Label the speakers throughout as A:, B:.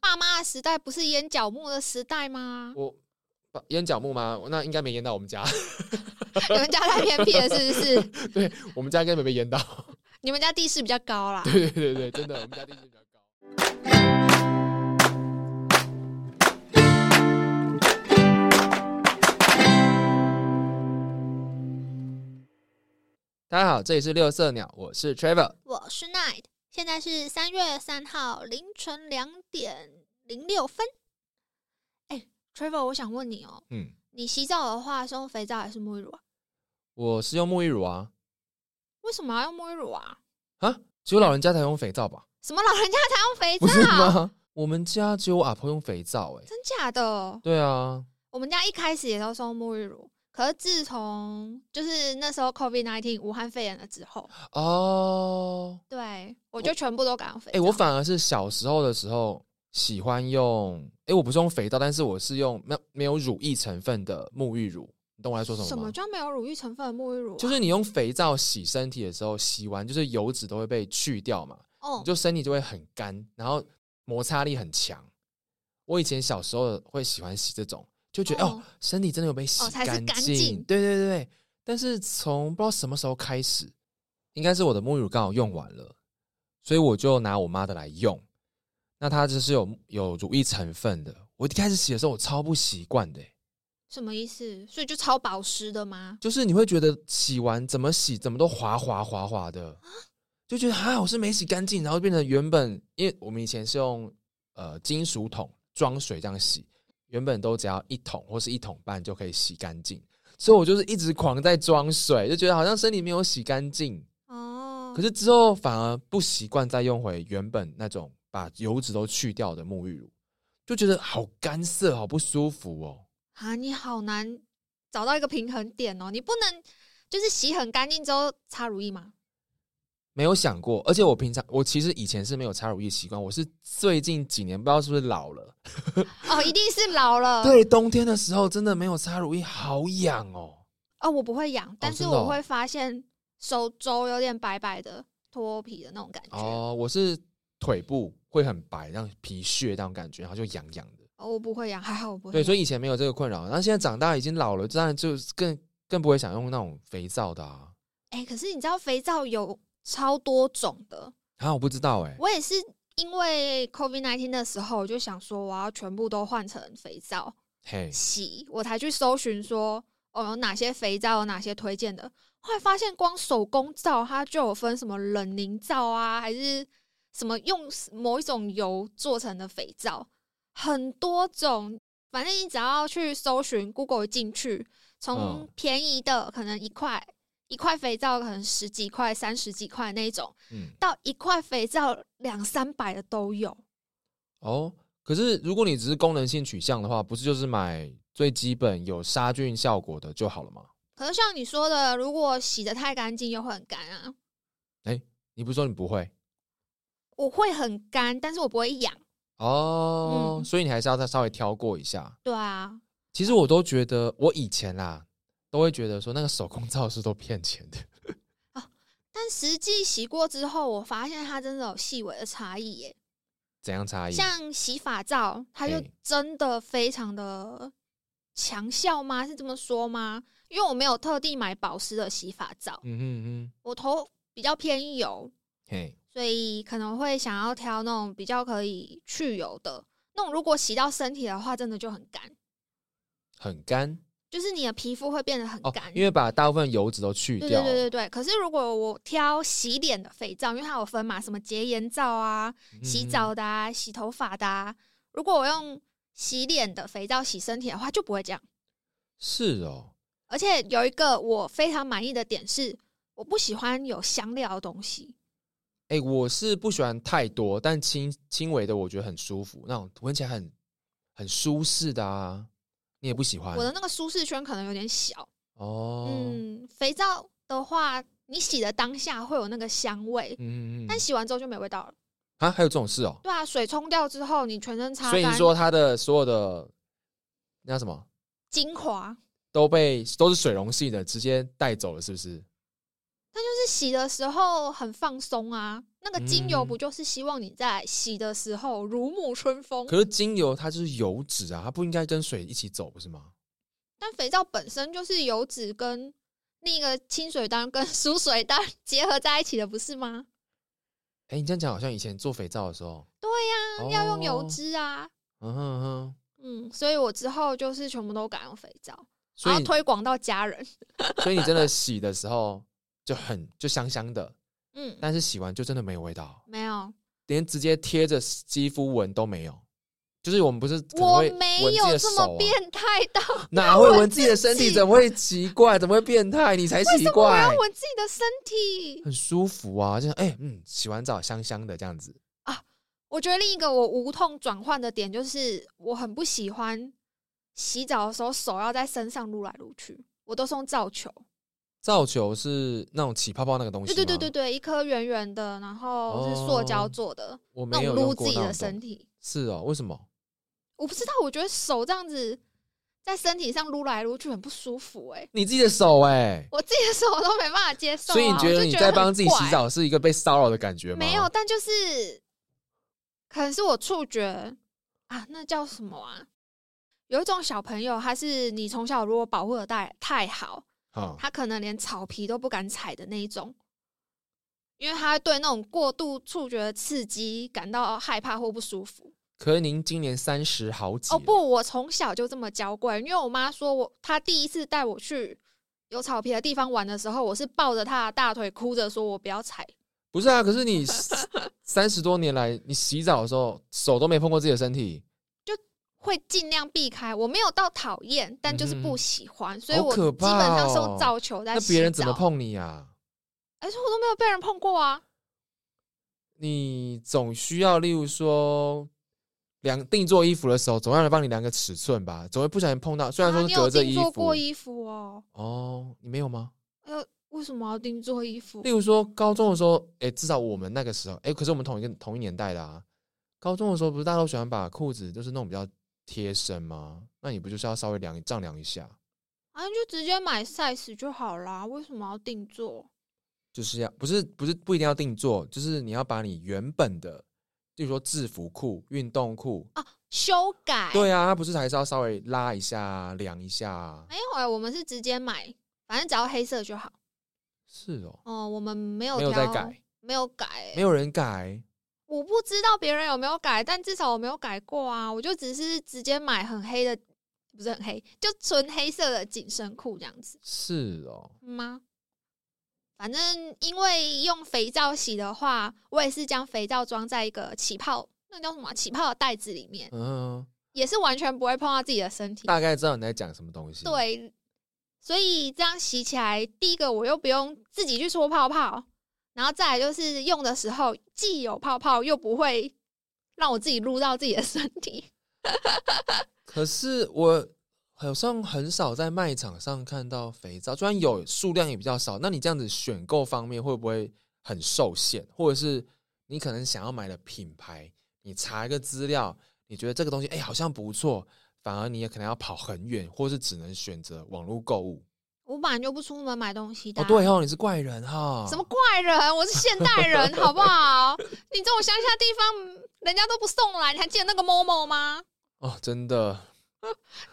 A: 爸妈的时代不是烟角木的时代吗？
B: 我把烟角木吗？那应该没淹到我们家，
A: 你们家太偏僻了，是不是？
B: 我们家应该没被淹到。
A: 你们家地势比较高啦。
B: 对对对，真的，我们家地势比较高。大家好，这里是六色鸟，我是 Trevor。
A: 我是 Night，现在是三月三号凌晨两点零六分。哎、t r e v o r 我想问你哦，
B: 嗯，
A: 你洗澡的话是用肥皂还是沐浴乳啊？
B: 我是用沐浴乳啊，
A: 为什么要用沐浴乳啊？
B: 啊，只有老人家才用肥皂吧？
A: 什么老人家才用肥
B: 不是
A: 皂？
B: 吗？ 我们家只有我阿婆用肥皂、欸，哎，
A: 真假的？
B: 对啊，
A: 我们家一开始也都是用沐浴乳，可是自从就是那时候 COVID nineteen 武汉肺炎了之后，
B: 哦，
A: 对我就全部都改用肥
B: 哎、
A: 皂。
B: 我反而是小时候的时候喜欢用，哎、我不是用肥皂，但是我是用没有没有乳液成分的沐浴乳，你懂我在说什么吗？
A: 什么叫没有乳液成分的沐浴乳啊、
B: 就是你用肥皂洗身体的时候，洗完就是油脂都会被去掉嘛，
A: 哦
B: 你，就身体就会很干，然后摩擦力很强。我以前小时候会喜欢洗这种，就觉得哦
A: 哦
B: 身体真的有被洗
A: 哦才是干
B: 净
A: 净。
B: 对对对对，但是从不知道什么时候开始，应该是我的沐浴乳刚好用完了，所以我就拿我妈的来用。那它就是有有乳液成分的，我一开始洗的时候我超不习惯的欸、
A: 什么意思？所以就超保湿的吗？
B: 就是你会觉得洗完怎么洗怎么都滑滑滑滑的，就觉得啊我是没洗干净，然后变成原本因为我们以前是用呃金属桶装水这样洗，原本都只要一桶或是一桶半就可以洗干净，所以我就是一直狂在装水，就觉得好像身体没有洗干净，
A: 哦，
B: 可是之后反而不习惯再用回原本那种把油脂都去掉的沐浴乳，就觉得好干涩，好不舒服哦。
A: 啊，你好难找到一个平衡点哦，你不能就是洗很干净之后擦乳液吗？
B: 没有想过，而且我平常我其实以前是没有擦乳液习惯，我是最近几年不知道是不是老了，
A: 哦，一定是老了。
B: 对，冬天的时候真的没有擦乳液，好痒哦。
A: 哦，我不会痒，但是
B: 真的哦
A: 我会发现手肘有点白白的、脱皮的那种感觉。哦，
B: 哦，我是腿部会很白，让皮屑那种感觉，然后就痒痒的。
A: 哦我不会痒，还好我不会
B: 对，
A: 痒。
B: 所以以前没有这个困扰，然后现在长大已经老了，当然就更更不会想用那种肥皂的啊。
A: 哎、可是你知道肥皂有超多种的，
B: 啊，我不知道哎、
A: 我也是因为 COVID nineteen 的时候，我就想说我要全部都换成肥皂
B: 嘿，
A: 洗，我才去搜寻说哦有哪些肥皂有哪些推荐的。后来发现光手工皂它就有分什么冷凝皂啊，还是什么用某一种油做成的肥皂，很多种。反正你只要去搜寻 Google 进去，从
B: 嗯
A: 便宜的可能一块一块肥皂可能十几块、三十几块那一种，
B: 嗯，
A: 到一块肥皂两三百的都有。
B: 哦，可是如果你只是功能性取向的话，不是就是买最基本有杀菌效果的就好了吗？
A: 可是像你说的，如果洗的太干净，又会很干啊。
B: 你不是说你不会？
A: 我会很干，但是我不会痒。
B: 哦，
A: 嗯
B: 所以你还是要再稍微挑过一下。
A: 对啊，
B: 其实我都觉得，我以前啦，都会觉得说那个手工皂是都骗钱的。
A: 但实际洗过之后，我发现它真的有细微的差异耶。
B: 怎样差异？
A: 像洗发皂，它就
B: 嘿
A: 真的非常的强效吗？是这么说吗？因为我没有特地买保湿的洗发皂，
B: 嗯哼嗯
A: 我头比较偏油，
B: 哼，嘿，
A: 所以可能会想要挑那种比较可以去油的。那种如果洗到身体的话，真的就很干，
B: 很干
A: 就是你的皮肤会变得很
B: 哦
A: 干。，
B: 因为把大部分油脂都去
A: 对
B: 掉嗯
A: 对
B: 了。
A: 对对对。可是如果我挑洗脸的肥皂，因为它有分嘛，什么洁颜皂啊、
B: 对
A: 洗澡的啊、洗头发的啊，如果我用洗脸的肥皂洗身体的话，就不会这样。
B: 是哦，
A: 而且有一个我非常满意的点是，我不喜欢有香料的东西。
B: 哎、我是不喜欢太多，但轻轻微的我觉得很舒服，那种闻起来很很舒适的啊。你也不喜欢
A: 我的那个舒适圈可能有点小。
B: 啊哦，嗯
A: 嗯，肥皂的话，你洗的当下会有那个香味，
B: 嗯嗯，
A: 但洗完之后就没味道了。
B: 啊，还有这种事哦。
A: 对啊，水冲掉之后，你全身擦
B: 所以你
A: 干，
B: 说它的所有的那叫什么
A: 精华。
B: 都被都是水溶性的，直接带走了，是不是？
A: 就是洗的时候很放松啊，那个精油
B: 嗯
A: 不就是希望你在洗的时候如沐春风？
B: 可是精油它就是油脂啊，它不应该跟水一起走，不是吗？
A: 但肥皂本身就是油脂跟另一个清水单跟疏水单结合在一起的，不是吗？
B: 哎、你这样讲好像以前做肥皂的时候，
A: 对呀、
B: 哦
A: 要用油脂啊。
B: 嗯哼嗯哼，
A: 嗯，所以我之后就是全部都改用肥皂，
B: 所
A: 然后
B: 以
A: 推广到家人。
B: 所以你真的洗的时候就很就香香的，
A: 嗯，
B: 但是洗完就真的没有味道，
A: 没有，
B: 连直接贴着肌肤闻都没有。就是我们不是可能
A: 我
B: 会
A: 没
B: 闻自己
A: 有
B: 的
A: 这
B: 手
A: 么
B: 啊
A: 变态到
B: 哪会闻自己的身
A: 自
B: 体？
A: 己
B: 怎么会奇怪？怎么会变态？你才奇
A: 我
B: 怪
A: 要，闻自己的身体。
B: 很舒服啊！就像哎、嗯，洗完澡香香的这样子，
A: 我觉得另一个我无痛转换的点就是，我很不喜欢洗澡的时候手要在身上撸来撸去，我都是用皂球。
B: 造球是那种起泡泡那个东西，
A: 对对对对，对，一颗圆圆的，然后是塑胶做的，
B: 我
A: 那
B: 哦没
A: 种
B: 有
A: 撸
B: 用
A: 自
B: 过
A: 己
B: 那
A: 的
B: 种
A: 身
B: 东
A: 体。
B: 是哦，为什么？
A: 我不知道，我觉得手这样子在身体上撸来撸去很不舒服、欸，
B: 你自己的手哎、
A: 我自己的手都没办法接受啊、
B: 所以你觉
A: 我
B: 得
A: 就
B: 你
A: 觉
B: 在
A: 很
B: 帮自己洗
A: 怪
B: 澡是一个被骚扰的感觉吗？
A: 没有，，但就是可能是我触觉啊，那叫什么啊？有一种小朋友，他是你从小如果保护的太太好，
B: 好，
A: 他可能连草皮都不敢踩的那一种，因为他对那种过度触觉的刺激感到害怕或不舒服。
B: 可是您今年三十好几
A: 哦
B: 了，
A: 不，我从小就这么娇贵，因为我妈说我，她第一次带我去有草皮的地方玩的时候，我是抱着她的大腿哭着说：“我不要踩。”
B: 不是啊？可是你三十 多年来，你洗澡的时候手都没碰过自己的身体，
A: 会尽量避开，我没有到讨厌，但就是不喜欢，所以
B: 嗯好
A: 我
B: 可
A: 基本上是
B: 怕哦
A: 用造球在
B: 那
A: 洗
B: 别人怎么
A: 澡？
B: 碰你啊？
A: 而且我都没有被人碰过 啊，
B: 你总需要，例如说量定做衣服的时候，总要来帮你量个尺寸吧，总会不小心碰到。虽然
A: 啊
B: 说
A: 你
B: 是
A: 有
B: 隔着
A: 定
B: 衣
A: 做
B: 服，
A: 过衣服哦？
B: 哦，你没有吗？
A: 呃，为什么要定做衣服
B: 例？如说高中的时候，诶，至少我们那个时候，诶，可是我们同一个同一年代的啊。高中的时候不是大家都喜欢把裤子就是弄比较贴身吗？那你不就是要稍微量丈量一下，
A: 啊，你就直接买 size 就好啦，为什么要定做？
B: 就是要不是不是不一定要定做，就是你要把你原本的，例如说制服裤、运动裤，
A: 修改？
B: 对啊，它不是还是要稍微拉一下、量一下啊？
A: 没有哎、我们是直接买，反正只要黑色就好。
B: 是哦，
A: 哦、我们没有
B: 没有
A: 挑
B: 在改，
A: 没有改欸、
B: 没有人改，
A: 我不知道别人有没有改，但至少我没有改过啊。我就只是直接买很黑的，不是很黑，就纯黑色的紧身裤这样子嗯
B: 是哦，
A: 吗？反正因为用肥皂洗的话，我也是将肥皂装在一个起泡，那叫什么啊起泡的袋子里面，
B: 嗯，
A: 也是完全不会碰到自己的身体。
B: 大概知道你在讲什么东西。，
A: 对，所以这样洗起来，第一个我又不用自己去搓泡泡，然后再来就是用的时候既有泡泡，又不会让我自己撸到自己的身体。
B: 可是我好像很少在卖场上看到肥皂，虽然有数量也比较少。那你这样子选购方面会不会很受限？或者是你可能想要买的品牌，你查一个资料，你觉得这个东西哎、好像不错，反而你也可能要跑很远，或是只能选择网络购物。
A: 我本来就不出门买东西的
B: 哦
A: 啊、，
B: 对哦，啊你是怪人哈、
A: 什么怪人？我是现代 人，好不好？ 你这种乡下地方，人家都不送来，你还记得那个某某吗？
B: 哦，真 的，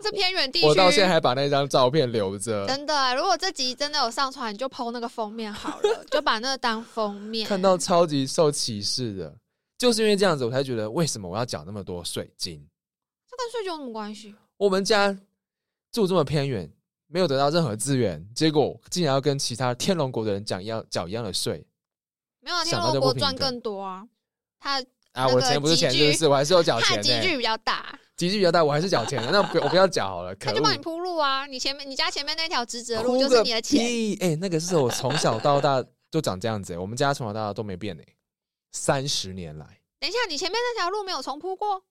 A: 这偏远地区，
B: 我到现在还把那张照片留着，
A: 真的欸、如果这集真的有上传，你就剖那个封面好了，就把那个当封面。
B: 看到超级受歧视的，就是因为这样子，我才觉得为什么我要缴那么多税金？
A: 这跟睡觉有什么关系？
B: 我们家住这么偏远，没有得到任何资源，结果竟然要跟其他天龙国的人讲要缴一样的税
A: 没有啊，天
B: 想到
A: 龙
B: 就
A: 国
B: 不平
A: 赚
B: 等
A: 更多啊，他
B: 啊！
A: 那个
B: 我的钱不是钱，
A: 集聚
B: 是不是？我还是 要缴
A: 他
B: 钱
A: 的
B: 呢、
A: 集聚比较大，
B: 集聚比较大，我还是缴钱的。那我不我不要 缴好了，可
A: 他
B: 恶！
A: 就帮你铺路啊。你前面你家前面那条直直的路
B: 哭
A: 就是
B: 个
A: 你的钱，
B: 屁！哎、那个是我从小到大就长这样子、我们家从小到大都没变呢、欸三十年来。
A: 等一下，你前面那条路没有重铺过，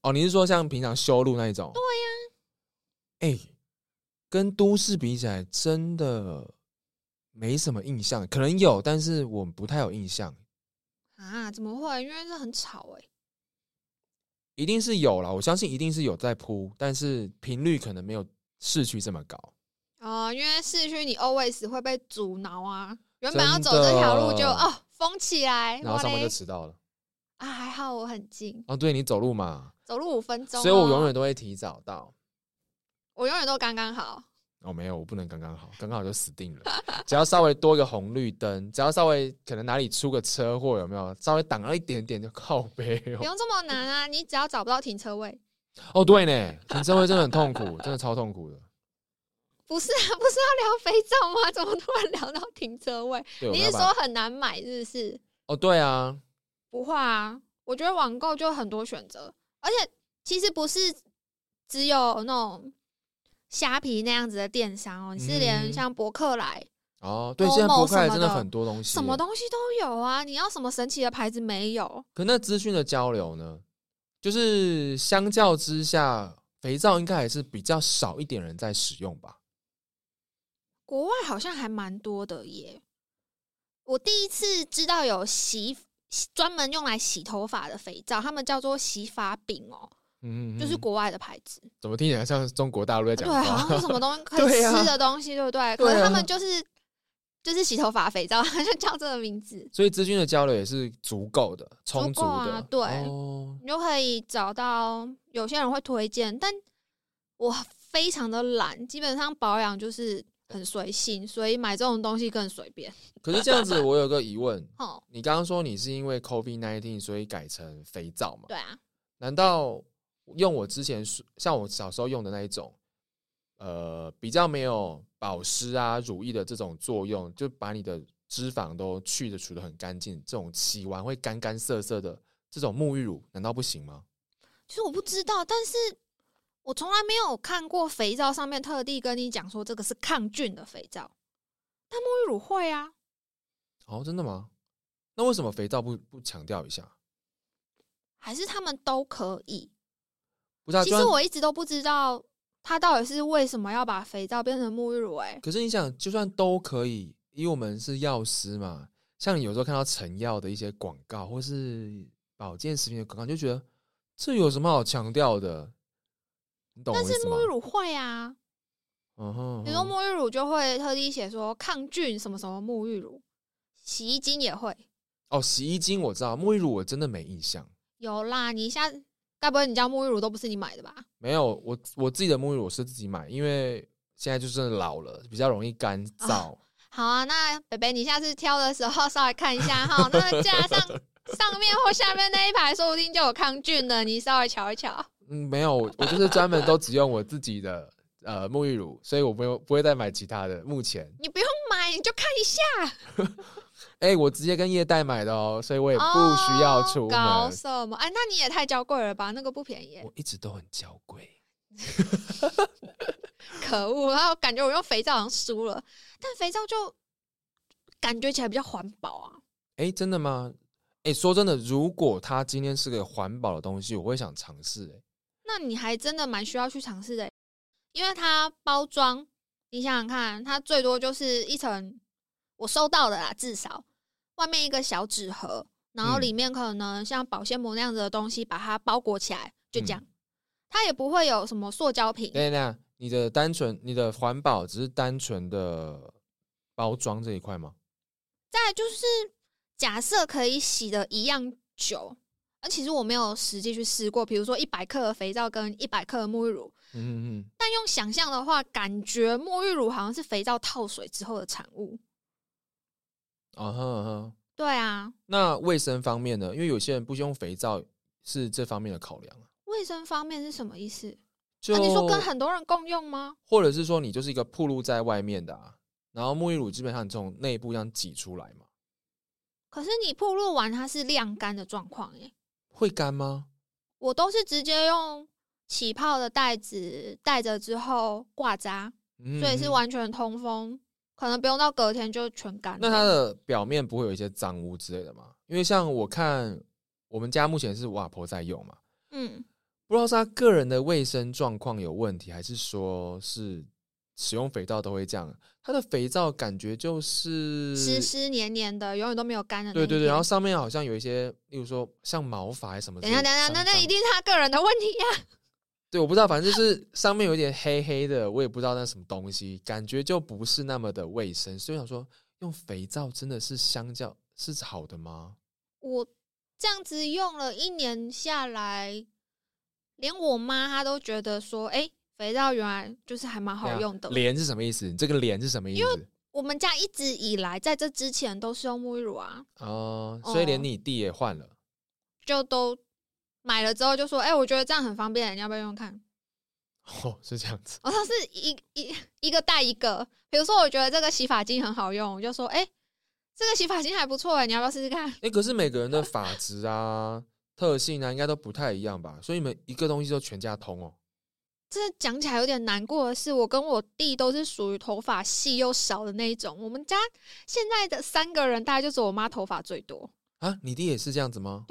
B: 哦，你是说像平常修路那一种？对呀、哎、跟都市比起来，真的没什么印象，可能有，但是我不太有印象，
A: 啊？怎么会？因为这很吵哎、
B: 一定是有啦，我相信一定是有在铺，但是频率可能没有市区这么高。
A: 哦、因为市区你 always 会被阻挠啊。原本
B: 真
A: 要走这条路就
B: 的
A: 哦，封起来，
B: 然后上班
A: 哇
B: 就
A: 嘞
B: 迟到了。
A: 啊，还好我很近，
B: 哦，对你走路嘛，
A: 走路五分钟哦，
B: 所以我永远都会提早到。
A: 我永远都刚刚好。
B: 哦，没有，我不能刚刚好，刚刚好就死定了。只要稍微多一个红绿灯，只要稍微可能哪里出个车祸，有没有稍微挡到一点点就靠背
A: 不
B: 哦。
A: 用这么难啊！你只要找不到停车位，
B: 哦，对呢，停车位真的很痛苦， 真的超痛苦的。
A: 不是啊，不是要聊肥皂吗？ 怎么突然聊到停车位？
B: 对，我
A: 你
B: 没有
A: 是
B: 办法
A: 说很难买，是不是？
B: 哦，对啊，
A: 不会啊，我觉得网购就很多选择，而且其实不是只有那种虾皮那样子的电商哦，你是连
B: 嗯
A: 像博客来、
B: 哦，对，
A: Momo
B: 现在博客来
A: 什么
B: 真的
A: 的
B: 很多东西耶，
A: 什么东西都有啊，你要什么神奇的牌子没有？
B: 可那资讯的交流呢，就是相较之下，肥皂应该还是比较少一点人在使用吧？
A: 国外好像还蛮多的耶。我第一次知道有洗洗专门用来洗头发的肥皂，他们叫做洗发饼哦，
B: 嗯，
A: 就是国外的牌子。
B: 怎么听起来像中国大陆在
A: 对，啊
B: 讲
A: 好
B: 话？
A: 像是什么 东西可以
B: 哦对啊
A: 吃的东西，对不对？
B: 对啊
A: 可是他们就是就是洗头发肥皂， 就叫这个名字，
B: 所以资讯的交流也是足够的、充足
A: 够啊
B: 的。
A: 对
B: 哦，
A: 你就可以找到有些人会推荐，但我非常的懒，基本上保养就是很随性，所以买这种东西更随便。
B: 可是这样子，我有个疑问，
A: 哦，
B: 你刚刚说你是因为 COVID nineteen 所以改成肥皂嘛？
A: 对啊，
B: 难道用我之前说像我小时候用的那一种，呃，比较没有保湿啊、乳液的这种作用，就把你的脂肪都去的除的很干净，这种洗完会干干涩涩的这种沐浴乳，难道不行吗？
A: 其实我不知道，但是我从来没有看过肥皂上面特地跟你讲说这个是抗菌的肥皂，但沐浴乳会啊。
B: 哦，真的吗？那为什么肥皂不不强调一下？
A: 还是他们都可以，
B: 不是、啊，
A: 其
B: 就
A: 实
B: 像
A: 我一直都不知道他到底是为什么要把肥皂变成沐浴乳、欸。哎，
B: 可是你想，就算都可以，因为我们是药师嘛，像你有时候看到成药的一些广告，或是保健食品的广告，你就觉得这有什么好强调的？你懂我
A: 但
B: 意
A: 是
B: 思吗
A: 沐浴？乳会啊，
B: 嗯哼，
A: 比如说沐浴乳就会特地写说抗菌什么什么沐浴乳，洗衣精也会
B: 哦，洗衣精我知道，沐浴乳我真的没印象，
A: 有啦。你一下该不会你家沐浴乳都不是你买的吧？
B: 没有我我自己的沐浴乳我是自己买，因为现在就是老了，比较容易干燥。
A: 好啊，那北北你下次挑的时候稍微看一下哈，那个架 上上面或下面那一排说不定就有抗菌的，你稍微瞧一瞧。
B: 嗯，没有，我我就是专门都只用我自己的呃沐浴乳，所以我不用不会再买其他的，目前。
A: 你不用买，你就看一下。
B: 哎、我直接跟业代买的哦，所以我也不
A: 哦
B: 需要出门。
A: 搞什么？哎，那你也太娇贵了吧？那个不便宜，欸
B: 我一直都很娇贵。
A: 可恶！然后感觉我用肥皂好像输了，但肥皂就感觉起来比较环保啊。
B: 哎、真的吗？哎、说真的，如果它今天是个环保的东西，我会想尝试、哎，
A: 那你还真的蛮需要去尝试的，欸因为它包装，你想想看，它最多就是一层，我收到的啦，至少外面一个小纸盒，然后
B: 嗯
A: 里面可能像保鲜膜那样子的东西把它包裹起来，就这样。
B: 嗯
A: 它也不会有什么塑胶瓶，
B: 等一下，你的单纯、你的环保只是单纯的包装这一块吗？
A: 再来就是假设可以洗的一样久，而其实我没有实际去试过，比如说一百克的肥皂跟一百克的沐浴乳，
B: 嗯嗯
A: 但用想象的话，感觉沐浴乳好像是肥皂泡水之后的产物。
B: 嗯，啊哈啊哈。
A: 对啊，
B: 那卫生方面呢？因为有些人不用肥皂，是这方面的考量啊。
A: 卫生方面是什么意思？
B: 就、
A: 啊、你说跟很多人共用吗？
B: 或者是说你就是一个暴露在外面的啊，然后沐浴乳基本上你从内部这样挤出来嘛，
A: 可是你铺露完它是晾干的状况耶，
B: 会干吗？
A: 我都是直接用起泡的袋子袋着之后挂扎，
B: 嗯
A: 所以是
B: 哼
A: 完全通风，可能不用到隔天就全干了。
B: 那它的表面不会有一些脏污之类的吗？因为像我看我们家目前是我阿婆在用嘛，
A: 嗯。
B: 不知道是她个人的卫生状况有问题，还是说是使用肥皂都会这样。它的肥皂感觉就是
A: 湿湿黏黏的，永远都没有干的那
B: 对
A: 一天。
B: 对对，然后上面好像有一些，例如说像毛发还是什么之
A: 等
B: 类
A: 一下
B: 的。
A: 等一下，那
B: 脏
A: 那
B: 脏
A: 一定是他个人的问题呀、
B: 对，我不知道，反正就是上面有点黑黑的，我也不知道那什么东西，感觉就不是那么的卫生。所以我想说，用肥皂真的是相较是好的吗？
A: 我这样子用了一年下来，连我妈她都觉得说，哎、肥皂原来就是还蛮
B: 啊
A: 好用的。
B: 脸是什么意思？你这个脸是什么意思？
A: 我们家一直以来在这之前都是用沐浴乳啊，
B: 哦，所以连你弟也换了。
A: 就都买了之后就说，哎、我觉得这样很方便，你要不要用用看？
B: 哦，是这样子。
A: 哦，它是一一一个带一个。比如说，我觉得这个洗发精很好用，我就说，哎、这个洗发精还不错哎，你要不要试试看？
B: 哎、可是每个人的发质啊、特性啊，应该都不太一样吧？所以你们一个东西都全家通哦。
A: 这讲起来有点难过的是，我跟我弟都是属于头发细又少的那一种。我们家现在的三个人，大概就只有我妈头发最多，
B: 啊，你弟也是这样子吗？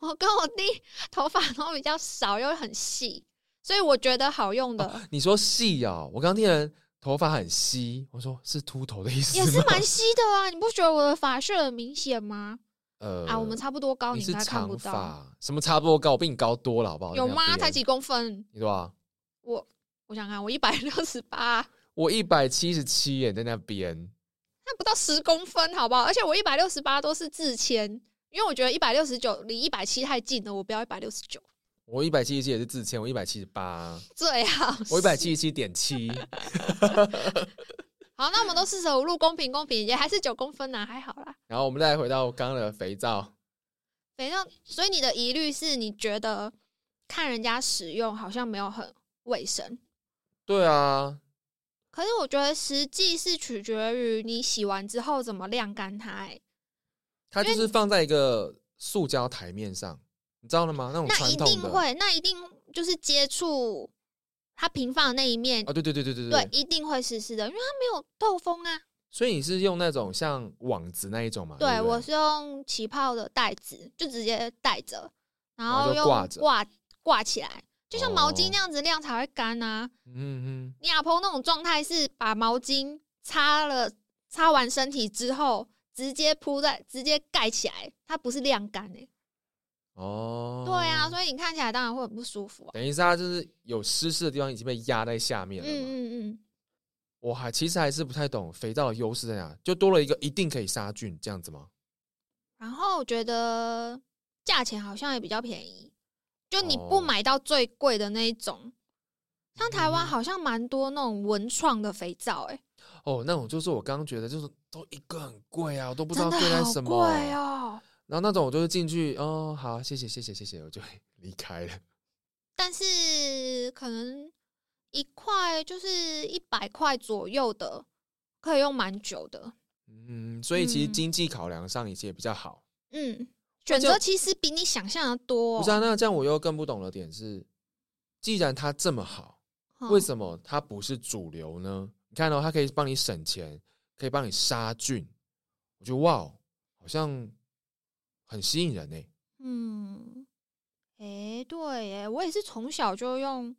A: 我跟我弟头发都比较少又很细，所以我觉得好用的、
B: 你说细啊、我刚听人头发很稀，我说是秃头的意思
A: 也
B: 吗？
A: 是蛮稀的啊。你不觉得我的发色很明显吗？
B: 呃
A: 啊，我们差不多高，
B: 你
A: 你应
B: 是
A: 该看不
B: 长
A: 到。
B: 发，什么差不多高？我比你高多了，好不好？
A: 有吗？
B: 两边
A: 才几公分？
B: 你多少？
A: 我我想看，我一百六十八，
B: 我一百七十七耶，在那边。
A: 那不到十公分，好不好？而且我一百六十八都是自签，因为我觉得一百六十九离一百七太近了，我不要一百六十九。
B: 我一百七十七也是自谦，我一百七十八，
A: 最好
B: 我一百
A: 是。
B: 七十七点七，
A: 好，那我们都四舍五入，公平公平，也还是九公分呐、还好啦。
B: 然后我们再回到刚刚的肥皂，
A: 反正，所以你的疑虑是你觉得看人家使用好像没有很卫生，
B: 对啊，
A: 可是我觉得实际是取决于你洗完之后怎么晾干它、欸。
B: 它就是放在一个塑胶台面上，你知道了吗？那种
A: 那
B: 传
A: 一
B: 统
A: 定
B: 的，
A: 会，那一定就是接触它平放的那一面，
B: 啊，对对对对对
A: 对，一定会湿湿的，因为它没有透风啊。
B: 所以你是用那种像网子那一种嘛？对
A: 对，
B: 不对，
A: 我是用起泡的袋子，就直接带着，然
B: 后
A: 后
B: 就
A: 用
B: 挂着
A: 挂挂起来，就像毛巾
B: 哦
A: 那样子晾才会干啊。
B: 嗯嗯，
A: 你阿婆那种状态是把毛巾擦了，擦完身体之后直接铺在，直接盖起来，它不是晾干诶、
B: 哦，
A: 对啊，，所以你看起来当然会很不舒服啊。
B: 等于是它就是有湿湿的地方已经被压在下
A: 嗯
B: 面了嘛。
A: 嗯嗯，
B: 我还其实还是不太懂肥皂的优势在哪，就多了一个一定可以杀菌这样子吗？
A: 然后我觉得价钱好像也比较便宜，就你
B: 哦
A: 不买到最贵的那一种。像台湾
B: 嗯
A: 好像蛮多那种文创的肥皂、欸，
B: 哦，那种就是我刚刚觉得就是都一个很贵啊，我都不知道
A: 真
B: 对
A: 的
B: 待
A: 好
B: 什么。
A: 贵哦。
B: 然后那种我就是进去，哦，好，谢谢谢谢谢谢，我就会 离开了。
A: 但是可能一块就是一百块左右的，可以用蛮久的。
B: 嗯，所以其实
A: 嗯
B: 经济考量上也是也比较好。
A: 嗯，选择其实比你想象的多、
B: 不是啊，那这样我又更不懂的点是，既然它这么好，
A: 嗯
B: 为什么它不是主流呢？你看到、哦、它可以帮你省钱，可以帮你杀菌，我觉得哇哦，好像很吸引人呢、欸
A: 嗯，诶，对耶，我也是从小就用，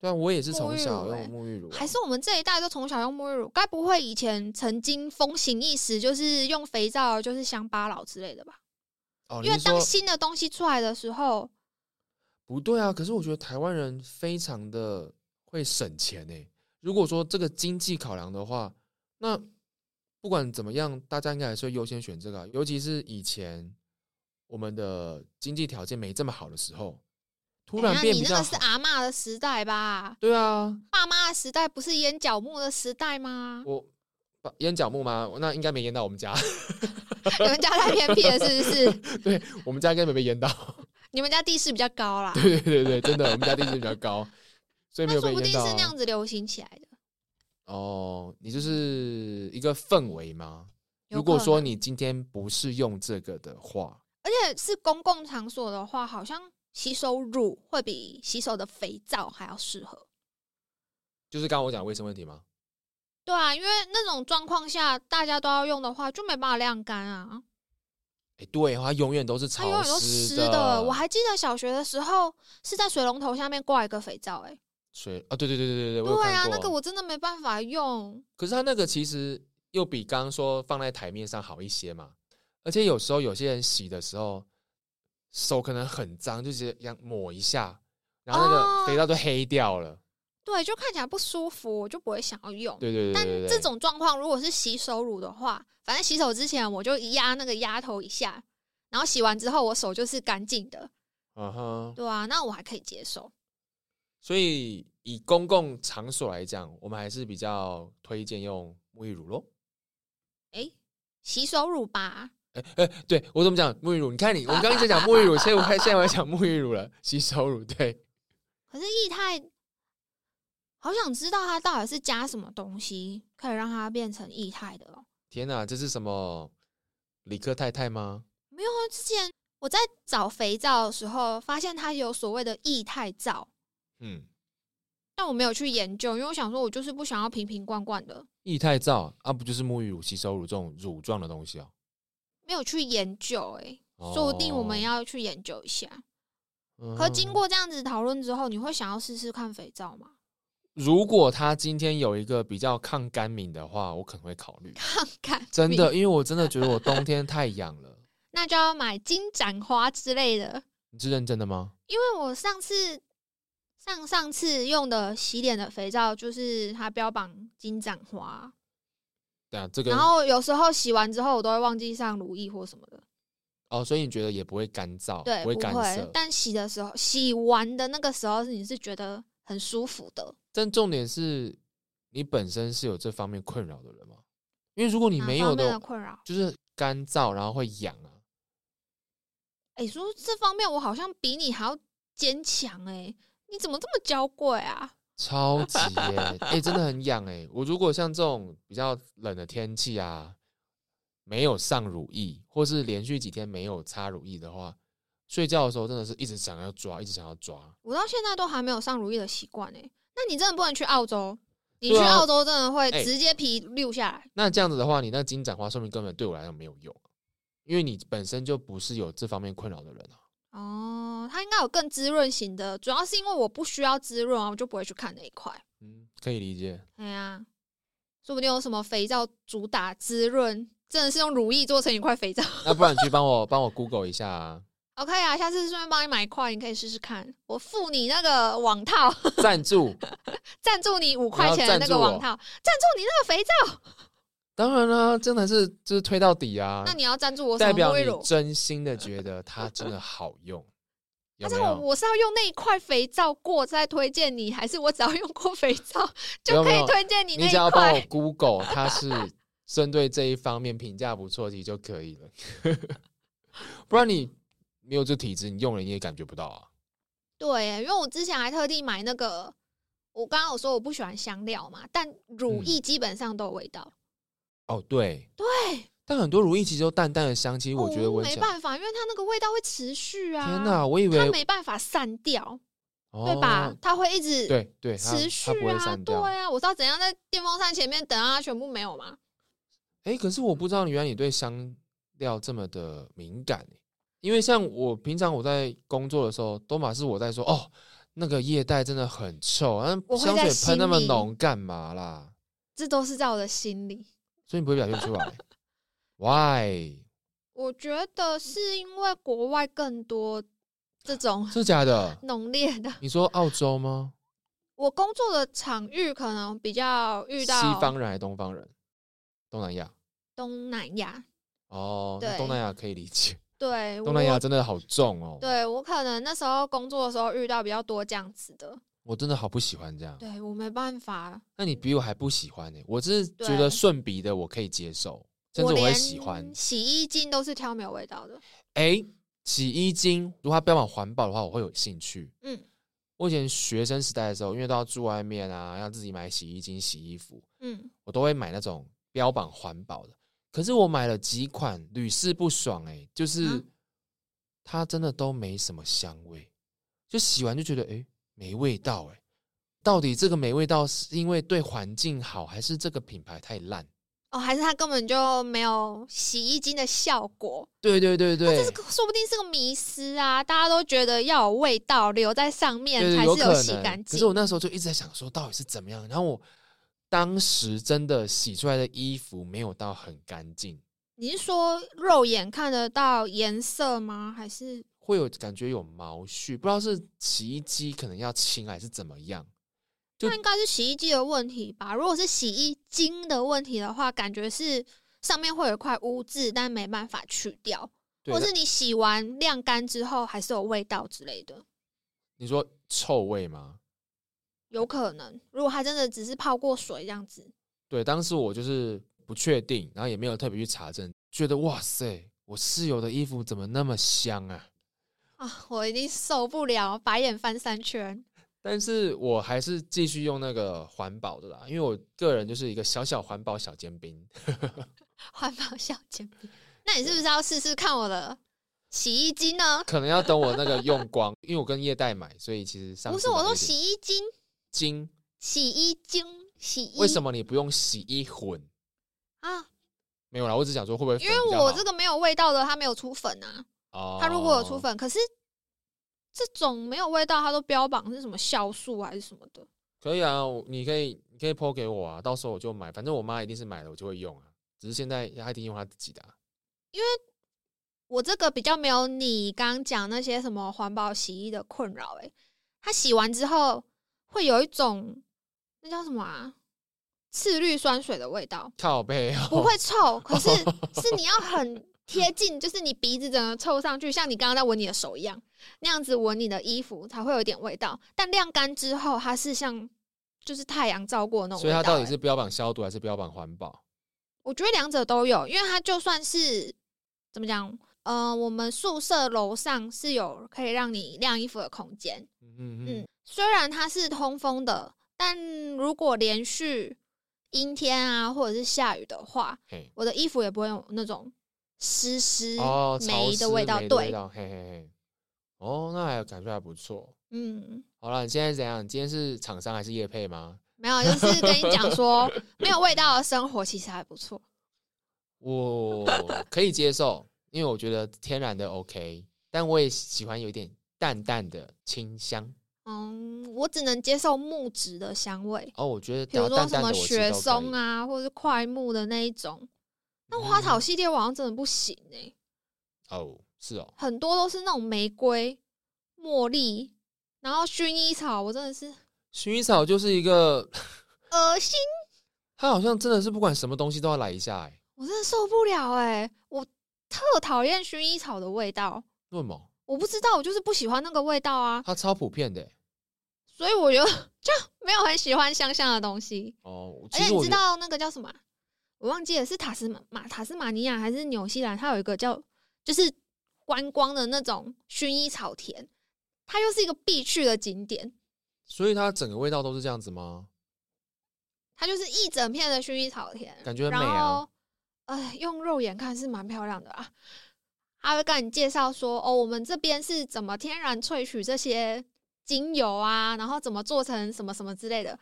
B: 对啊，我也是从小
A: 沐浴乳欸
B: 用沐浴乳啊、
A: 还是我们这一代都从小用沐浴乳。该不会以前曾经风行一时，就是用肥皂，就是乡巴佬之类的吧？
B: 哦，你
A: 因为
B: 是
A: 当
B: 说
A: 新的东西出来的时候，
B: 不对啊？可是我觉得台湾人非常的会省钱呢、如果说这个经济考量的话，那不管怎么样，大家应该还是会优先选这个啊、尤其是以前我们的经济条件没这么好的时候，突
A: 等一
B: 然
A: 下哎
B: 变
A: 你
B: 比
A: 那
B: 较
A: 个是啊
B: 好。
A: 阿嬷的时代吧？
B: 对啊，
A: 爸妈的时代不是烟角木的时代吗？
B: 我把烟角木吗？那应该没烟到我们家，
A: 你们家太偏僻了，是不 是？
B: 我们家应该没被烟到。
A: 你们家地势比较高啦，
B: 对对对，真的，我们家地势比较高，所以
A: 那
B: 没有
A: 说
B: 被
A: 不定
B: 烟到、
A: 是
B: 啊
A: 那。样子流行起来的。
B: 哦，你就是一个氛围吗？
A: 有
B: 如果
A: 可
B: 说
A: 能
B: 你今天不是用这个的话，
A: 而且是公共场所的话，好像洗手乳会比洗手的肥皂还要适合。
B: 就是刚刚我讲的卫生问题吗？
A: 对啊，因为那种状况下大家都要用的话，就没办法晾干啊。
B: 哎，对哦，它永远都是
A: 它
B: 潮
A: 永远都
B: 湿
A: 湿的。我还记得小学的时候是在水龙头下面挂一个肥皂、欸，哎，
B: 水啊，对对对对对对，我有
A: 对
B: 看
A: 啊，那
B: 过
A: 个我真的没办法用。
B: 可是它那个其实又比刚刚说放在台面上好一些嘛，而且有时候有些人洗的时候手可能很脏，就直接这样抹一下，然后那个
A: 哦
B: 肥皂都黑掉了。
A: 对，就看起来不舒服，我就不会想要用。
B: 对对对
A: 但
B: 对对，
A: 这种状况如果是洗手乳的话，反正洗手之前我就压那个压头一下，然后洗完之后我手就是干净的，
B: 嗯哼，
A: 对啊，那我还可以接受。
B: 所以以公共场所来讲，我们还是比较推荐用沐浴乳咯。
A: 诶、洗手乳吧，
B: 对我怎么讲沐浴乳？你看你，我们刚刚一直讲沐浴乳，现在我看现在我要讲沐浴乳了，洗手乳。对，
A: 可是液态，好想知道它到底是加什么东西可以让它变成液态的哦。
B: 天哪，这是什么？理科太太吗？
A: 没有啊，之前我在找肥皂的时候发现它有所谓的液态皂，
B: 嗯，
A: 但我没有去研究，因为我想说我就是不想要瓶瓶罐罐的，
B: 液态皂啊，不就是沐浴乳、洗手乳这种乳状的东西哦？
A: 没有去研究、诶，说不定我们
B: 哦
A: 要去研究一下。
B: 嗯
A: 可经，过这样子讨论之后，你会想要试试看肥皂吗？
B: 嗯如果他今天有一个比较抗干敏的话，我可能会考虑。
A: 看看，
B: 真的，因为我真的觉得我冬天太痒了。
A: 那就要买金盏花之类的，
B: 你是认真的吗？
A: 因为我上次上上次用的洗脸的肥皂就是它标榜金盏花，
B: 对啊，这个
A: 然后有时候洗完之后我都会忘记上乳液或什么的，
B: 哦，所以你觉得也不会干燥，
A: 对，
B: 不
A: 不
B: 干
A: 会
B: 涩。。
A: 但洗的时候，洗完的那个时候你是觉得很舒服的，
B: 但重点是你本身是有这方面困扰的人吗？因为如果你
A: 哪
B: 没
A: 方
B: 有
A: 面
B: 的
A: 的，困扰。
B: 就是干燥，然后会痒啊。
A: 哎、说这方面我好像比你还要坚强哎，你怎么这么娇贵啊？
B: 超级耶、 欸，真的很痒哎、我如果像这种比较冷的天气啊，没有上乳液，或是连续几天没有擦乳液的话，睡觉的时候真的是一直想要抓，一直想要抓。
A: 我到现在都还没有上如意的习惯哎。那你真的不能去澳洲，你去
B: 对啊
A: 澳洲真的会
B: 哎
A: 直接皮溜下来。
B: 那这样子的话，你那金盏花说明根本对我来讲没有用，因为你本身就不是有这方面困扰的人啊。
A: 哦，它应该有更滋润型的，主要是因为我不需要滋润啊，我就不会去看那一块。
B: 嗯，可以理解。
A: 哎呀，说不定有什么肥皂主打滋润，真的是用乳液做成一块肥皂。
B: 那不然你去帮我帮我 Google 一下、啊，
A: OK 啊，下次顺便帮你买一块，你可以试试看。我付你那个网套，
B: 赞助。
A: 赞助你五块钱的那个网套，赞助你那个肥皂。
B: 当然啦、真的是就是推到底啊。
A: 那你要赞助我什
B: 代
A: 么哦
B: 表
A: 沐浴
B: 你
A: 乳？
B: 真心的觉得它真的好 用，有
A: 但
B: 没
A: 是我
B: 有？
A: 我是要用那一块肥皂过再推荐你，还是我只要用过肥皂
B: 没
A: 就
B: 有
A: 可
B: 没
A: 以
B: 有
A: 推荐你那
B: 只要
A: 一
B: 帮
A: 块
B: 我？Google 它是针对这一方面评价不错的就可以了， 不然你没有这体质，你用了你也感觉不到啊。
A: 对耶，因为我之前还特地买那个，我刚刚有说我不喜欢香料嘛，但
B: 嗯
A: 乳液基本上都有味道。
B: 哦，对，
A: 对，
B: 但很多如意其实都淡淡的香气，我觉得
A: 哦
B: 闻
A: 没
B: 起来，
A: 办法，因为它那个味道会持续啊。
B: 天哪，我以
A: 它
B: 为
A: 没办法散掉，
B: 哦
A: 对吧？？它会一直
B: 对对，它
A: 持
B: 它
A: 续
B: 不会
A: 啊，
B: 散
A: 对
B: 掉。
A: 啊。我知道怎样在电风扇前面等啊，全部没有嘛。
B: 哎、可是我不知道，原来你对香料这么的敏感、欸、因为像我平常我在工作的时候，都嘛是我在说哦，那个液态真的很臭，啊
A: 我会
B: 香
A: 在
B: 水
A: 心
B: 喷那么
A: 里
B: 浓干嘛啦？
A: 这都是在我的心里。
B: 所以你不会表现出来？Why？
A: 我觉得是因为国外更多这种
B: 真的假的？
A: 浓烈的。
B: 你说澳洲吗？
A: 我工作的场域可能比较遇
B: 西
A: 到
B: 方人还是东方人？东南亚
A: 东南亚，
B: 哦，那
A: 对
B: 东南亚可以 理解，
A: 对，
B: 东南亚
A: 我
B: 真的好重哦，
A: 对我可能那时候工作的时候遇到比较多这样子的，
B: 我真的好不喜欢这样。
A: 对我没办法，
B: 那你比我还不喜欢呢、我只是觉
A: 对
B: 得顺鼻的我可以接受，甚至我会
A: 连
B: 喜欢。
A: 洗衣精都是挑没有味道的，
B: 哎、洗衣精如果它标榜环保的话，我会有兴趣。
A: 嗯
B: 我以前学生时代的时候，因为都要住外面啊，要自己买洗衣精、洗衣服，
A: 嗯，
B: 我都会买那种标榜环保的。可是我买了几款，屡试不爽、哎，就是、
A: 啊
B: 它真的都没什么香味，就洗完就觉得哎、诶没味道、哎，到底这个没味道是因为对环境好，还是这个品牌太烂？
A: 哦，还是它根本就没有洗衣精的效果，啊
B: 对对对对，
A: 这是个说不定是个迷思啊，大家都觉得要有味道留在上面
B: 对
A: 才
B: 对，
A: 是
B: 可
A: 洗
B: 能。
A: 干
B: 可是我
A: 净，
B: 那时候就一直在想说，到底是怎么样？然后我当时真的洗出来的衣服没有到很干净，
A: 你是说肉眼看得到颜色吗？还是
B: 会有感觉有毛絮，不知道是洗衣机可能要清还是怎么样，就
A: 那应该是洗衣机的问题吧？如果是洗衣精的问题的话，感觉是上面会有一块污渍，但没办法去掉，
B: 对
A: 或是你洗完晾干之后还是有味道之类的，
B: 你说臭味吗？
A: 有可能。如果它真的只是泡过水这样子，
B: 对，当时我就是不确定，然后也没有特别去查证，觉得哇塞，我室友的衣服怎么那么香啊？
A: 啊，我已经受不了，白眼翻三圈。
B: 但是我还是继续用那个环保的啦，因为我个人就是一个小小环保小尖兵。
A: 环保小煎饼，那你是不
B: 啊
A: 是要试试看我的洗衣机呢？
B: 可能要等我那个用光，因为我跟叶代买，所以其实上
A: 不是，
B: 次
A: 我
B: 买
A: 说
B: 了一点
A: 洗衣精，
B: 精，
A: 洗衣精，洗衣
B: 为什么你不用洗衣混？
A: 啊？
B: 没有啦，我只想说会不会
A: 因为我这个没有味道的，它没有出粉啊。
B: 个
A: 它如果有出，
B: 哦
A: 粉，可是这种没有味道，它都标榜是什么酵素还是什么的。
B: 可以啊，我你可以你可以剖给我啊，到时候我就买，反正我妈一定是买了，我就会用啊。只是现在她一定用她自己的、啊，
A: 我这个比较没有你刚刚讲那些什么环保洗衣的困扰，诶，它洗完之后会有一种那叫什么啊，次氯酸水的味道。
B: 靠背、哦、
A: 不会臭，可是是你要很贴近，就是你鼻子整个凑上去，像你刚刚在闻你的手一样，那样子闻你的衣服才会有一点味道。但晾干之后，它是像就是太阳照过那种
B: 所
A: 味
B: 以
A: 道、
B: 它到底
A: 欸
B: 是标榜消毒还是标榜环保？
A: 我觉得两者都有，因为它就算是怎么讲，呃，我们宿舍楼上是有可以让你晾衣服的空间，
B: 嗯嗯
A: 嗯，虽然它是通风的，但如果连续阴天啊或者是下雨的话，
B: 嘿，
A: 我的衣服也不会有那种湿湿
B: 哦，潮
A: 霉
B: 湿
A: 嗯的味道。
B: 霉的味
A: 对，
B: 道，嘿嘿嘿，哦，那还感觉还不错。
A: 嗯，
B: 好了，你现在怎样？你今天是厂商还是业配吗？
A: 没有，就是跟你 讲说，没有味道的生活其实还不错。
B: 我可以接受，因为我觉得天然的 OK，但我也喜欢有一点淡淡的清香。
A: 嗯，我只能接受木质的香味，
B: 哦，我觉得
A: 比
B: 只
A: 如
B: 要
A: 说
B: 淡
A: 什
B: 淡的
A: 么
B: 我吃
A: 雪
B: 都可
A: 松
B: 以。嗯
A: 啊，或者是快木的那一种。那花草系列我好像真的不行哎、
B: 哦，是哦，
A: 很多都是那种玫瑰、茉莉，然后薰衣草，我真的是
B: 薰衣草就是一个，
A: 恶心，
B: 它好像真的是不管什么东西都要来一下哎，
A: 我真的受不了哎、我特讨厌薰衣草的味道。
B: 为什么？
A: 我不知道，我就是不喜欢那个味道啊，
B: 它超普遍的哎。
A: 所以我就 就没有很喜欢香香的东西。
B: 哦，
A: 而
B: 其
A: 且
B: 实
A: 你
B: 我
A: 知
B: 觉得
A: 道那个叫什么啊？我忘记了，是塔斯马马塔斯马尼亚还是纽西兰？它有一个叫就是观光的那种薰衣草田，它又是一个必去的景点。
B: 所以它整个味道都是这样子吗？
A: 它就是一整片的薰衣草田，
B: 感觉很
A: 然
B: 美啊
A: 后，呃，用肉眼看是蛮漂亮的啊。他会跟你介绍说，哦，我们这边是怎么天然萃取这些精油啊，然后怎么做成什么什么之类的。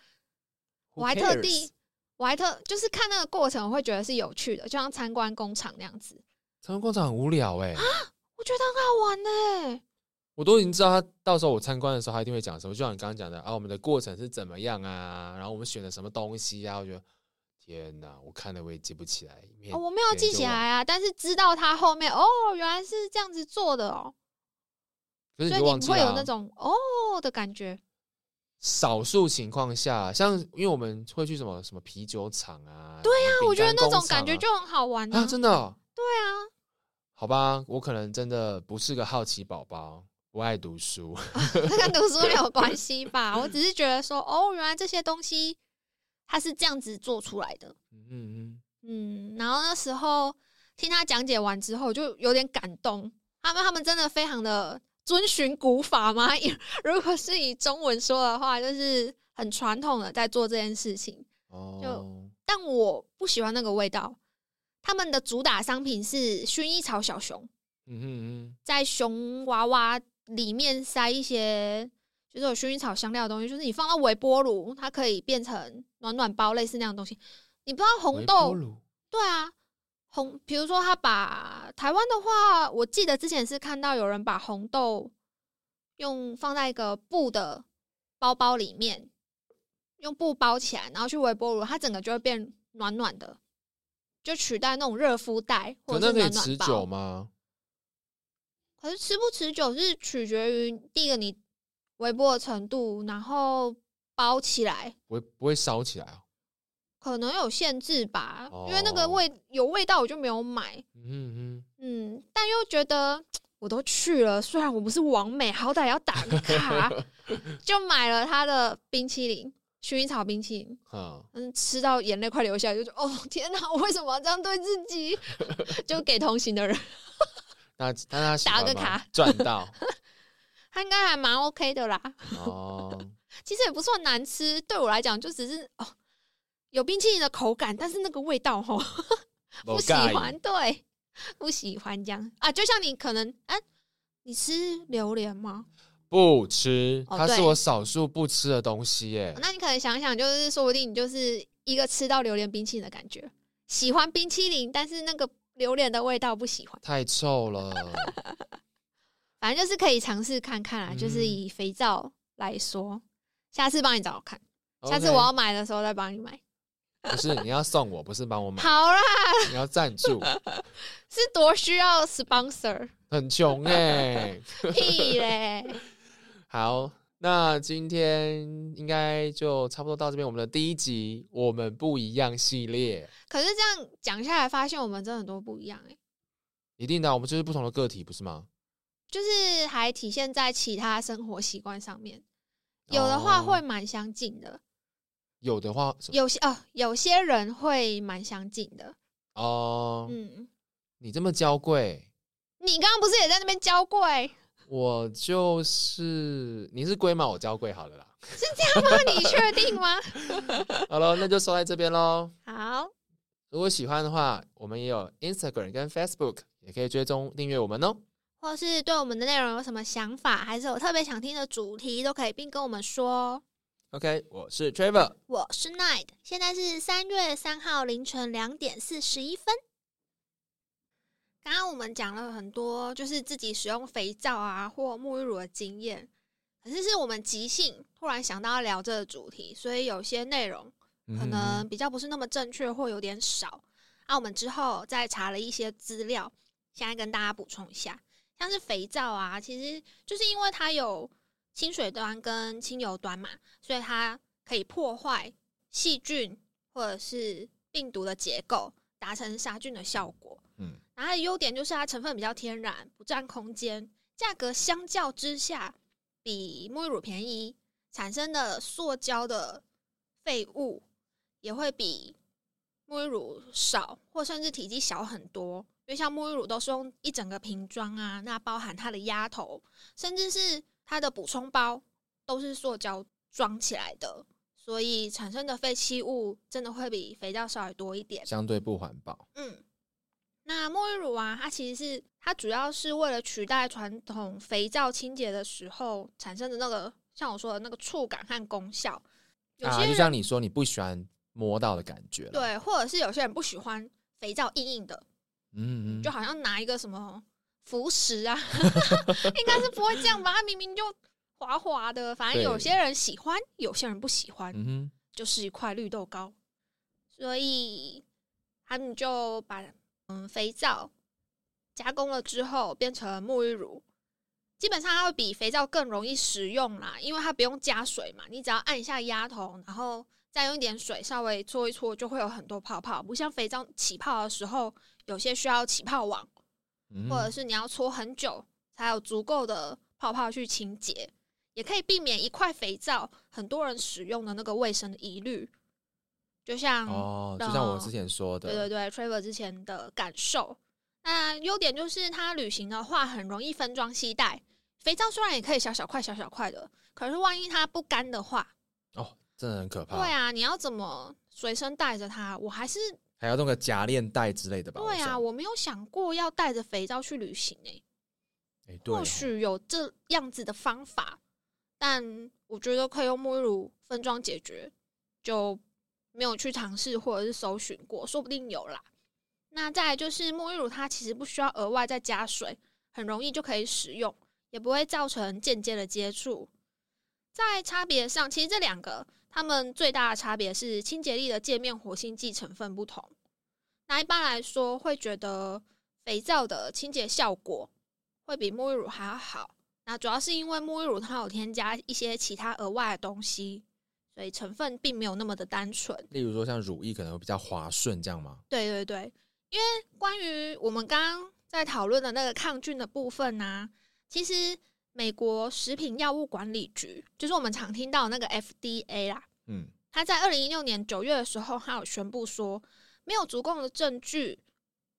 B: Who
A: 我还特地
B: cares？，
A: 我还特就是看那个过程，我会觉得是有趣的，就像参观工厂那样子，
B: 长隆广场很无聊 哎，
A: 我觉得很好玩呢、
B: 我都已经知道他到时候我参观的时候，他一定会讲什么，就像你刚刚讲的啊，我们的过程是怎么样啊，然后我们选了什么东西啊，我觉得天哪，我看了我也记不起来。面
A: 哦，我没有记起来，啊，但是知道它后面哦，原来是这样子做的哦，
B: 可是
A: 所以
B: 你就
A: 你
B: 忘记
A: 不
B: 了
A: 会
B: 啊、
A: 有那种哦的感觉。
B: 少数情况下，像因为我们会去什么什么啤酒厂啊，对呀、
A: 我觉得那种感觉
B: 饼干
A: 就
B: 工厂
A: 很好玩
B: 啊啊，真的哦、
A: 对啊，
B: 好吧，我可能真的不是个好奇宝宝，不爱读书。
A: 这跟读书没有关系吧？我只是觉得说，哦，原来这些东西它是这样子做出来的。
B: 嗯嗯，
A: 嗯，然后那时候听他讲解完之后，就有点感动。他们他们真的非常的遵循古法吗？ 以如果是以中文说的话，就是很传统的在做这件事情。
B: 哦，
A: 但我不喜欢那个味道。他们的主打商品是薰衣草小熊，
B: 嗯嗯
A: 在熊娃娃里面塞一些就是有薰衣草香料的东西，就是你放到微波炉，它可以变成暖暖包类似那样的东西。你不知道
B: 嗯，
A: 红
B: 微波
A: 豆
B: 炉
A: 对啊，红比如说他把台湾的话，我记得之前是看到有人把红豆用放在一个布的包包里面，用布包起来，然后去微波炉，它整个就会变暖暖的，就取代那种热敷袋或
B: 可
A: 者是
B: 那可以
A: 暖
B: 持
A: 暖
B: 久
A: 包。
B: 吗？
A: 可是持不持久是取决于第一个你微波的程度，然后包起来，
B: 不会不会烧起来啊？
A: 可能有限制吧，
B: 哦
A: 因为那个味有味道，我就没有买。
B: 嗯嗯
A: 嗯，但又觉得我都去了，虽然我不是王美，好歹也要打个卡，就买了他的冰淇淋，薰衣草冰淇淋。
B: 嗯，啊，
A: 嗯，吃到眼泪快流下来，就说：“哦，天哪，我为什么要这样对自己？” 就给同行的人，
B: 那但他喜欢
A: 打个
B: 吗
A: 卡
B: 赚到
A: 他应该还蛮 OK 的啦。
B: 哦，
A: 其实也不算难吃，对我来讲就只是哦，有冰淇淋的口感，但是那个味道哦，不喜
B: 没介意
A: 欢，对，不喜欢这样啊。就像你可能，哎、你吃榴莲吗？
B: 不吃，
A: 哦
B: 它是
A: 对
B: 我少数不吃的东西耶。
A: 那你可能想想，就是说不定你就是一个吃到榴莲冰淇淋的感觉，喜欢冰淇淋，但是那个榴莲的味道不喜欢。
B: 太臭了，
A: 反正就是可以尝试看看啦，
B: 嗯
A: 就是以肥皂来说，下次帮你找找看， 下次
B: OK
A: 我要买的时候再帮你买。
B: 不是你要送我，不是帮我买，
A: 好啦，
B: 你要赞助，
A: 是多需要 sponsor
B: 很穷哎。
A: 屁嘞！
B: 好，那今天应该就差不多到这边，我们的第一集我们不一样系列，
A: 可是这样讲下来，发现我们真的很多不一样哎、
B: 一定的，我们就是不同的个体，不是吗？
A: 就是还体现在其他生活习惯上面，有的话
B: 哦
A: 会蛮相近的，
B: 有的话
A: 有些哦，有些人会蛮相近的。
B: 哦，
A: 嗯，
B: 你这么娇贵，
A: 你刚刚不是也在那边教过哎、
B: 我就是你是龟嘛，我娇贵好了啦。
A: 那你确定吗？
B: 好了，那就说在这边喽。
A: 好。
B: 如果喜欢的话，我们也有 Instagram 跟 Facebook，也可以追踪订阅我们哦。
A: 或是对我们的内容有什么想法，还是有特别想听的主题，都可以并跟我们说哦。
B: OK，我是 Trevor，
A: 我是 Night，现在是三月三号凌晨两点四十一分。刚刚我们讲了很多，就是自己使用肥皂啊或沐浴乳的经验，可是是我们即兴突然想到要聊这个主题，所以有些内容
B: 嗯
A: 可能比较不是那么正确或有点少。啊那、我们之后再查了一些资料，现在跟大家补充一下，像是肥皂啊，其实就是因为它有清水端跟清油端嘛，所以它可以破坏细菌或者是病毒的结构，达成杀菌的效果。
B: 嗯
A: 然后它的优点就是它成分比较天然，不占空间，价格相较之下比沐浴乳便宜，产生的塑胶的废物也会比沐浴乳少，或甚至体积小很多。因为像沐浴乳都是用一整个瓶装啊，那包含它的压头，甚至是它的补充包都是塑胶装起来的，所以产生的废弃物真的会比肥皂稍微多一点。
B: 相对不环保。
A: 嗯，那沐浴乳啊，它其实是它主要是为了取代传统肥皂清洁的时候产生的那个，像我说的那个触感和功效。有
B: 啊，
A: 些
B: 就
A: 人、
B: 像你说，你不喜欢摸到的感觉。，
A: 对，或者是有些人不喜欢肥皂硬硬的，
B: 嗯嗯，
A: 就好像拿一个什么浮石啊， 应该是不会这样吧？它明明就滑滑的，反正有
B: 对
A: 些人喜欢，有些人不喜欢。
B: 嗯哼。
A: 就是一块绿豆糕，所以他们就把嗯肥皂加工了之后变成沐浴乳，基本上它会比肥皂更容易使用啦，因为它不用加水嘛，你只要按一下压头，然后再用一点水稍微搓一搓，就会有很多泡泡，不像肥皂起泡的时候，有些需要起泡网。
B: 嗯
A: 或者是你要搓很久才有足够的泡泡去清洁，也可以避免一块肥皂很多人使用的那个卫生的疑虑。就像、
B: 哦，就
A: 呃
B: 像我之前说的，
A: 对对对，Trevor 之前的感受。那优点就是它旅行的话很容易分装携带，肥皂虽然也可以小小块小小块的，可是万一它不干的话，
B: 哦，真的很可怕。
A: 对，啊，你要怎么随身带着它？我还是
B: 还要弄个夹链带之类的吧？
A: 对啊，
B: 我
A: 我没有想过要带着肥皂去旅行欸诶、
B: 想，哎、对哦、
A: 或许有这样子的方法，但我觉得可以用沐浴乳分装解决，就没有去尝试或者是搜寻过，说不定有啦。那再来就是沐浴乳，它其实不需要额外再加水，很容易就可以使用，也不会造成间接的接触。在差别上，其实这两个它们最大的差别是清洁力的界面活性剂成分不同。那一般来说，会觉得肥皂的清洁效果会比沐浴乳还要好。那主要是因为沐浴乳它有添加一些其他额外的东西，所所以成分并没有那么的单纯。
B: 例如说像乳液可能会比较滑顺，这样吗？
A: 对对对，因为关于我们刚刚在讨论的那个抗菌的部分呢、其实美国食品药物管理局，就是我们常听到的那个 FDA 啦，
B: 嗯，
A: 他在二零一六年九月的时候，他有宣布说，没有足够的证据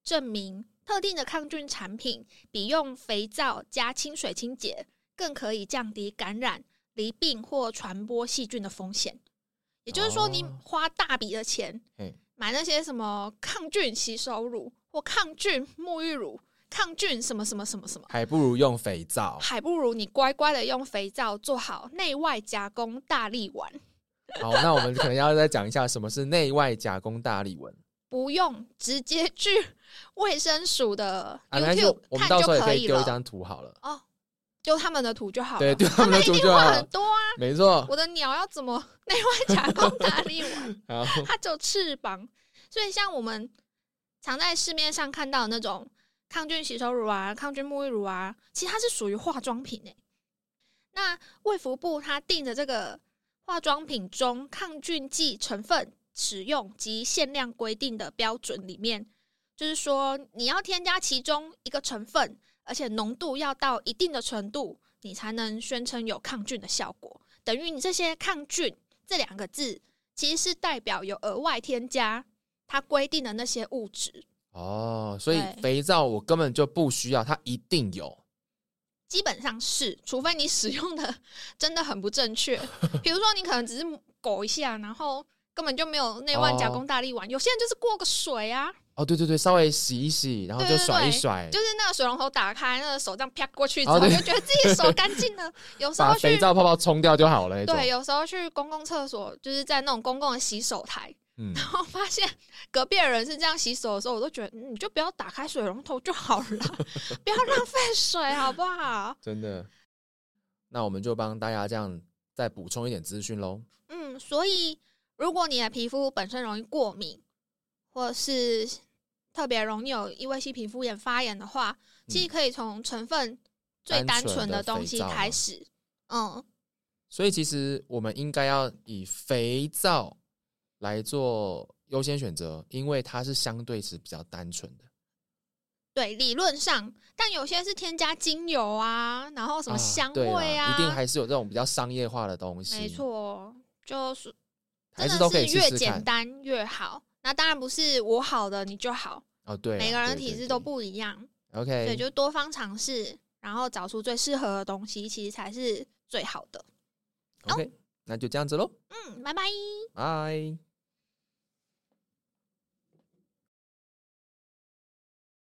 A: 证明特定的抗菌产品比用肥皂加清水清洁更可以降低感染、离病或传播细菌的风险。也就是说，你
B: 哦
A: 花大笔的钱
B: 嘿，
A: 买那些什么抗菌洗手乳或抗菌沐浴乳、抗菌什么什么什么什么。
B: 还不如用肥皂。
A: 还不如你乖乖的用肥皂做好内外夹攻大力丸，
B: 好，那我们可能要再讲一下什么是内外夹攻大力纹。
A: 不用直接去 卫生署的
B: 啊，没关系
A: YouTube、
B: 我们
A: 看
B: 到
A: 就
B: 时候也
A: 可
B: 可
A: 以
B: 丢一
A: 了，
B: 张图好了。
A: 哦，丢他们的图就好了。
B: 对，丢
A: 他
B: 他们的
A: 一
B: 图
A: 定
B: 就好
A: 画很
B: 了。
A: 多啊！
B: 没错。
A: 我的鸟要怎么 内外夹攻打理我？啊
B: 好，
A: 它只有翅膀，所以像我们常在市面上看到的那种抗菌洗手乳啊、抗菌沐浴乳啊，其实它是属于化妆品诶、欸那卫福部它定的这个化妆品中抗菌剂成分使用及限量规定的标准里面，就是说你要添加其中一个成分，而且浓度要到一定的程度，你才能宣称有抗菌的效果。等于你这些“抗菌”这两个字，其实是代表有额外添加它规定的那些物质，
B: 哦，所以
A: 对
B: 肥皂我根本就不需要，它一定有。
A: 基本上是，除非你使用的 真的很不正 确，比如说你可能只是狗一下，然后根本就没有内外夹
B: 哦
A: 攻大力丸，有些人就是过个水啊，
B: 哦，对对对，稍微洗一洗，然后就
A: 对对
B: 甩
A: 对
B: 一甩，
A: 就是那个水龙头打开，那个手这样啪过去之
B: 哎哦
A: 后，
B: 对
A: 就觉得自己手干净 了。有时
B: 把
A: 候
B: 肥
A: 去
B: 皂泡泡冲掉就好了那种。
A: 对，有时候去公共厕所，就是在那种公共的洗手台，
B: 嗯，
A: 然后发现隔壁的人是这样洗手的时候，我都觉得嗯你就不要打开水龙头就 好了，不要浪费水，好啊不好？
B: 真的。那我们就帮大家这样再补充一点资讯喽。
A: 嗯，所以如果你的皮肤本身容易过敏，或是特别容易有异位性皮肤炎发炎的话，其实可以从成分最单
B: 单纯
A: 纯的
B: 的
A: 东
B: 肥
A: 西
B: 皂吗
A: 开始。嗯，
B: 所以其实我们应该要以肥皂来做优先选择，因为它是相对是比较单纯的。
A: 对，理论上，但有些是添加精油啊，然后什么香
B: 对啦
A: 味啊，
B: 一定还是有这种比较商业化的东西。
A: 没，错，就是
B: 还
A: 真
B: 是
A: 的
B: 都可以试
A: 越
B: 试
A: 简
B: 看。
A: 单越好。那当然不是我好的你就好，
B: 哦，对啊，
A: 每个人的
B: 对
A: 体
B: 对
A: 质
B: 对
A: 都不一样，
B: OK，
A: 所以就多方尝试，然后找出最适合的东西，其实才是最好的。
B: OK，那就这样子喽，
A: 嗯，拜拜。
B: 拜。